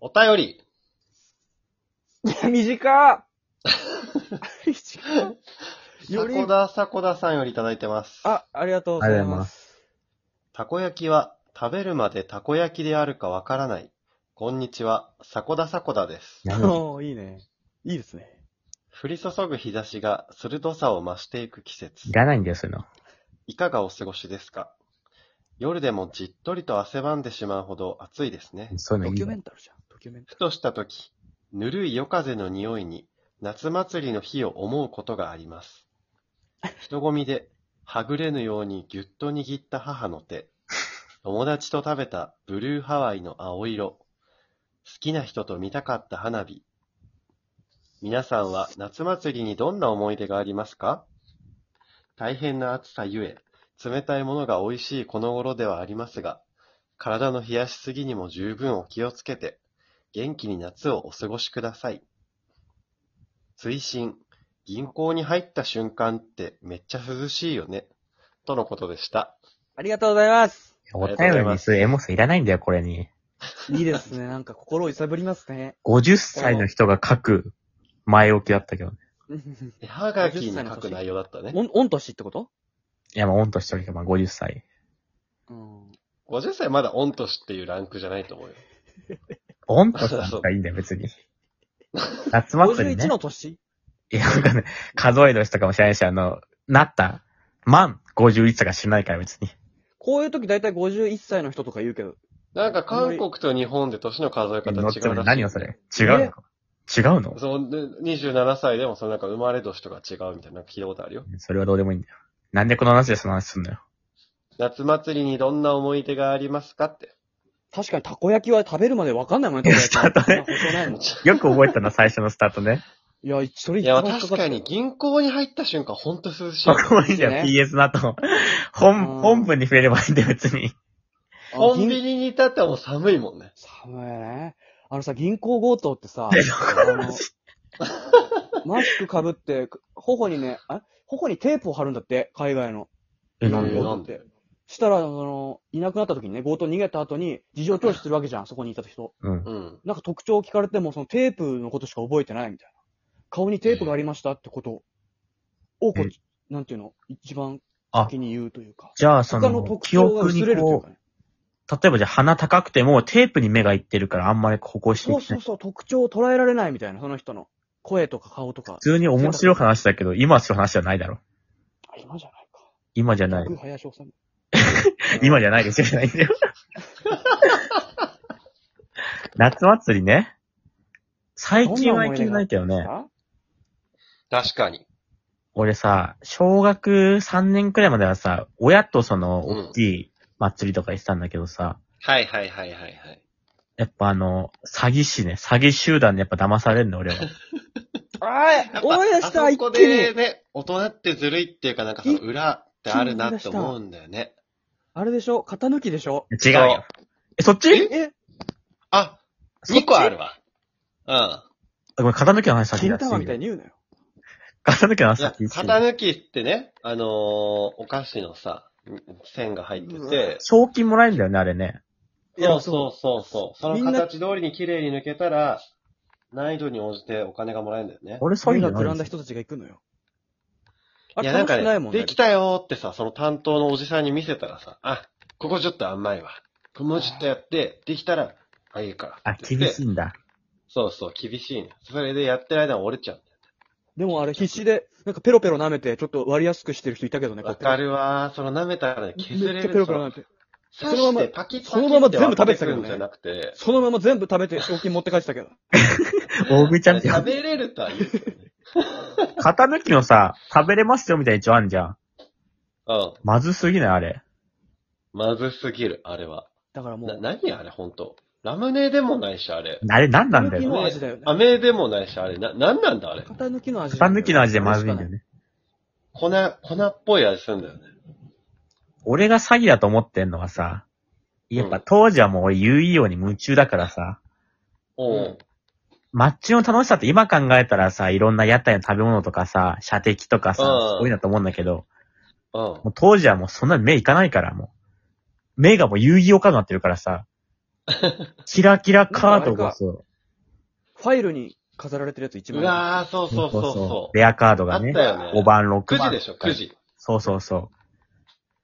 お便り。短っ短っより迫田迫田さんよりいただいてます。あ、ありがとうございます。たこ焼きは食べるまでたこ焼きであるかわからない。こんにちは、迫田迫田です。あやめろおーいいね。いいですね。降り注ぐ日差しが鋭さを増していく季節い。らないんだよ、そういうの。いかがお過ごしですか夜でもじっとりと汗ばんでしまうほど暑いですね。そういうのドいいキュよメンタルじゃん。ドキュメンタふとした時、ぬるい夜風の匂いに、夏祭りの日を思うことがあります。人混みで、はぐれぬようにぎゅっと握った母の手。友達と食べたブルーハワイの青色。好きな人と見たかった花火。皆さんは夏祭りにどんな思い出がありますか大変な暑さゆえ、冷たいものが美味しいこの頃ではありますが、体の冷やしすぎにも十分お気をつけて、元気に夏をお過ごしください。追伸、銀行に入った瞬間ってめっちゃ涼しいよね。とのことでした。ル。ありがとうございます。お便りにそういうエモさいらないんだよ、これに。いいですね。 なんか心を揺さぶりますね。 50歳の人が書く前置きだったけどね。絵はがきに書く内容だったね。 おん、御年ってこといや、まあ、オンとしておけば50歳。うん。 50歳まだ御年っていうランクじゃないと思うよ。オンとした方がいいんだよ、別に。夏祭りね51。の年いや、わかんない。数えの人かもしれないし、あの、なった、万51とか知らないから、別に。こういう時大体51歳の人とか言うけど。なんか韓国と日本で年の数え方違う乗らっしいても。何をそれ違うのか違うのそう、で27歳でもそのなんか生まれ年とか違うみたいなの聞いたことあるよ。それはどうでもいいんだよ。なんでこの話でその話すんのよ。夏祭りにどんな思い出がありますかって。確かにたこ焼きは食べるまでわかんないもんね、たこ焼きいや保証ないもんよく覚えたな、最初のスタートね。いや、それい一や、番確かに銀行に入った瞬間ほんと涼しいそよ。こもいいんだよ、ね PS の後。うん本、本文に触れればいいんだよ、別に。コンビニ。ニに至ってはもう寒いもんね。寒いね。あのさ、銀行強盗ってさ、でそあの マスク被って、頬にね、あ頬にテープを貼るんだって、海外の。え強なんで盗って。したら、あの、いなくなった時にね、強盗逃げた後に、事情聴取するわけじゃん、そこにいた人。うん。うん。なんか特徴を聞かれても、そのテープのことしか覚えてないみたいな。顔にテープがありましたってことを、こえう、なんていうの、一番あ先に言うというか。じゃあ、そ他のの、特記徴が憶薄にれるというこかね。う、例えばじゃあ鼻高くてもテープに目がいってるからあんまりここしそうそうそう、特徴を捉えられないみたいな、その人の。声とか顔とか普。通に面白い話だけど、今する話じゃないだろ。あ、今じゃないか。今じゃない僕、。林修。今じゃないですよ、じゃ ないんだよ。夏祭りね。最近は行けないけどね。あ確かに。俺さ、小学3年くらいまではさ、親とその、うん大きい祭りとか行ってたんだけどさ、はいはいはいはいはい。やっぱあの、詐欺師ね、詐欺集団にやっぱ騙されんの、俺は。あい思い出したあ一そこ気でにね、大人ってずるいっていうかなんかその裏ってあるなって思うんだよね。あれでしょ型抜きでしょ違うよ。え、そっちえあ、そっち2個あるわ。うん。あごめん、傾きの話先金だ玉みたい傾に言うなよ。きの話いや先、型抜きってね、あのーお菓子のさ、線が入ってうて、賞金もらえるんだよね、あれね。いやそうそうそうそう。そみのんな形通りに綺麗に抜けたら、難易度に応じてお金がもらえるんだよね。俺そうい目うのがくらんだ人。人たちが行くのよ。あいれや、なん楽かしくないもね、んね。できたよーってさ、その担当のおじさんに見せたらさ、あ、ここちょっと甘いわ。ここもうちょっとやって、できたら、あ、いいから。あ、って言っ厳てしいんだ。そうそう、厳しいね。それでやってる間は折れちゃうんだよでもあれ必死で、なんかペロペロ舐めて、ちょっと割りやすくしてる人いたけどね、わかるわー。その舐めたらね、削めれるっちゃペロペロ舐めて。そのまま、パキッそのまま全部食べてたけどねじゃなくて、そのまま全部食べて、賞金持って帰ってたけど。大食いちゃんって、食べれるとは言うけどね。型抜きのさ、食べれますよみたいな一応あんじゃん。うん。まずすぎない、あれ。まずすぎる、あれは。だからもな、う、何あれ、ほんと。ラムネでもないし、あれ。あれ何なんだ抜きよ。の味だよね。飴でもないし、あれ。な、なんなんだ、あれ。型抜きの味型抜きの味でまずいんだよね。ね。粉、粉っぽい味するんだよね。俺が詐欺だと思ってんのはさ、やっうぱん当時はもう俺 UEO に夢中だからさ、おううんマッチの楽しさって今考えたらさ、いろんな屋台の食べ物とかさ、射的とかさ、うんそういうのだと思うんだけど、うん もう当時はもうそんなに目いかないから、もう。目がもう遊戯王カードになってるからさ、キラキラカードがそう。ファイルに飾られてるやつ一う番。わー、そうそうそうそう。レアカードがねあった、よね5番、6 9時番。でしょ、9時。そうそうそう。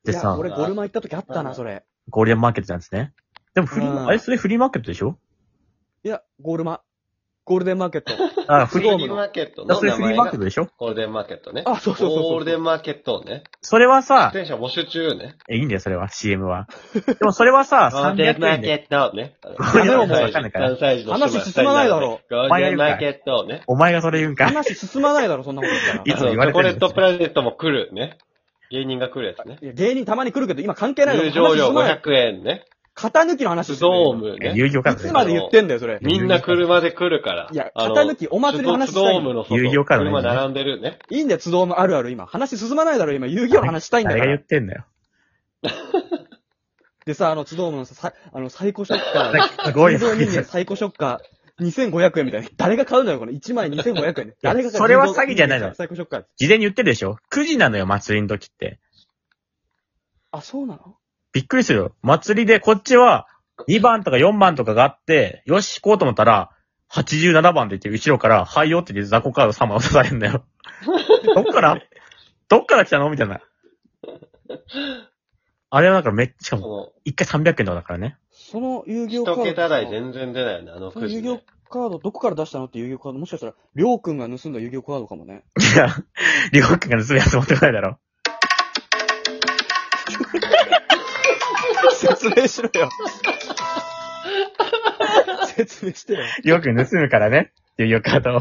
いでや、さ、俺ゴルマ行った時あったな、それ。ゴールデンマーケットなんですね。でもフリー、うんあれそれフリーマーケットでし ょいや、ゴールマ。ゴールデンマーケ ット。あ、フフリリー、ーーマーケットあのそれ名フリー前マーがケットでしょゴールデンマーケットね。あ、そうそうそうそう。ゴールデンマーケットね。それはさ、電車募集中ね。え、いいんだよ、それは、CM は。でもそれ はさ、ゴールデンマ300円ーで、ケットね。れでももうわかんないから関西人の人話進まないだろ。ゴールデンマーケットね。お前がそれ言うんか。話進まないだろ、そんなこと言っいたつら。あもの言われチョコレてるートプラネットも来るね。芸人が来るやつね。いや、芸人たまに来るけど、今関係ないだ入ろ。場話料進まない。 500円ね。型抜きの話スしてドるーよムえね。有料カいードつだまよ。で言ってんだよ、それ。みんな車で来るから。いや、あの型抜きお祭りの話スしたドいームの。の有外、料カードね車並んでるね。いいんだよ、ツドームあるある、今。話進まないだろ、今。遊戯王の話したいんだ誰かが言っら。てんだよ。でさ、あの、ツドームのささ、あの、最高ショッカー。すごい 人よ造。人間最高ショッカー。2500円みたいな。誰が買うのよ、この1枚2500円で。誰が買うそれは詐欺じゃないの人造人間最高ショッカー。事前に言ってるでしょ ?9 時なのよ、祭りの時って。あ、そうなのびっくりするよ。祭りで、こっちは、2番とか4番とかがあって、よし、行こうと思ったら、87番で言って、後ろから、はいよって言って、雑魚カード3枚渡されるんだ よ。どっからどっから来たのみたいな。あれはなんかめっちゃ、しかも、そ1回300円とかだからね。その遊戯の、王カード。一桁台全然出ないよね、あのそのく遊じ戯王ね。カード、どこから出したのっていう遊戯王カード、もしかしたら、りょうくんが盗んだ遊戯王カードか もね。いや、りょうくんが盗むやつ持ってこないだろ。 説明しろ よ。説明してよ。りょうくん盗むからね。っていうカードを。